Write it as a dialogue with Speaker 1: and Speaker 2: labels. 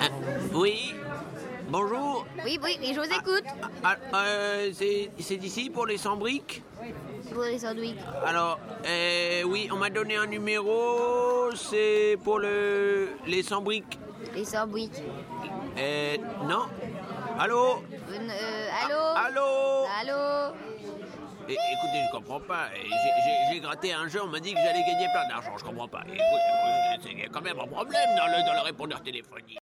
Speaker 1: Ah, oui, bonjour.
Speaker 2: Oui, oui, oui, je vous écoute.
Speaker 1: Ah, euh, c'est c'est d'ici pour les 100 briques
Speaker 2: Pour les sandwichs.
Speaker 1: Alors, euh, oui, on m'a donné un numéro, c'est pour le, les 100 briques.
Speaker 2: Les sandwichs.
Speaker 1: Euh, non Allô
Speaker 2: Euh, euh, allô
Speaker 1: Allô
Speaker 2: Allô
Speaker 1: Eh, Écoutez, je comprends pas. Eh, j'ai- J'ai j'ai gratté un jeu, on m'a dit que j'allais gagner plein d'argent, je comprends pas. Écoute, euh, c'est- il y a quand même un problème dans le, dans le répondeur téléphonique.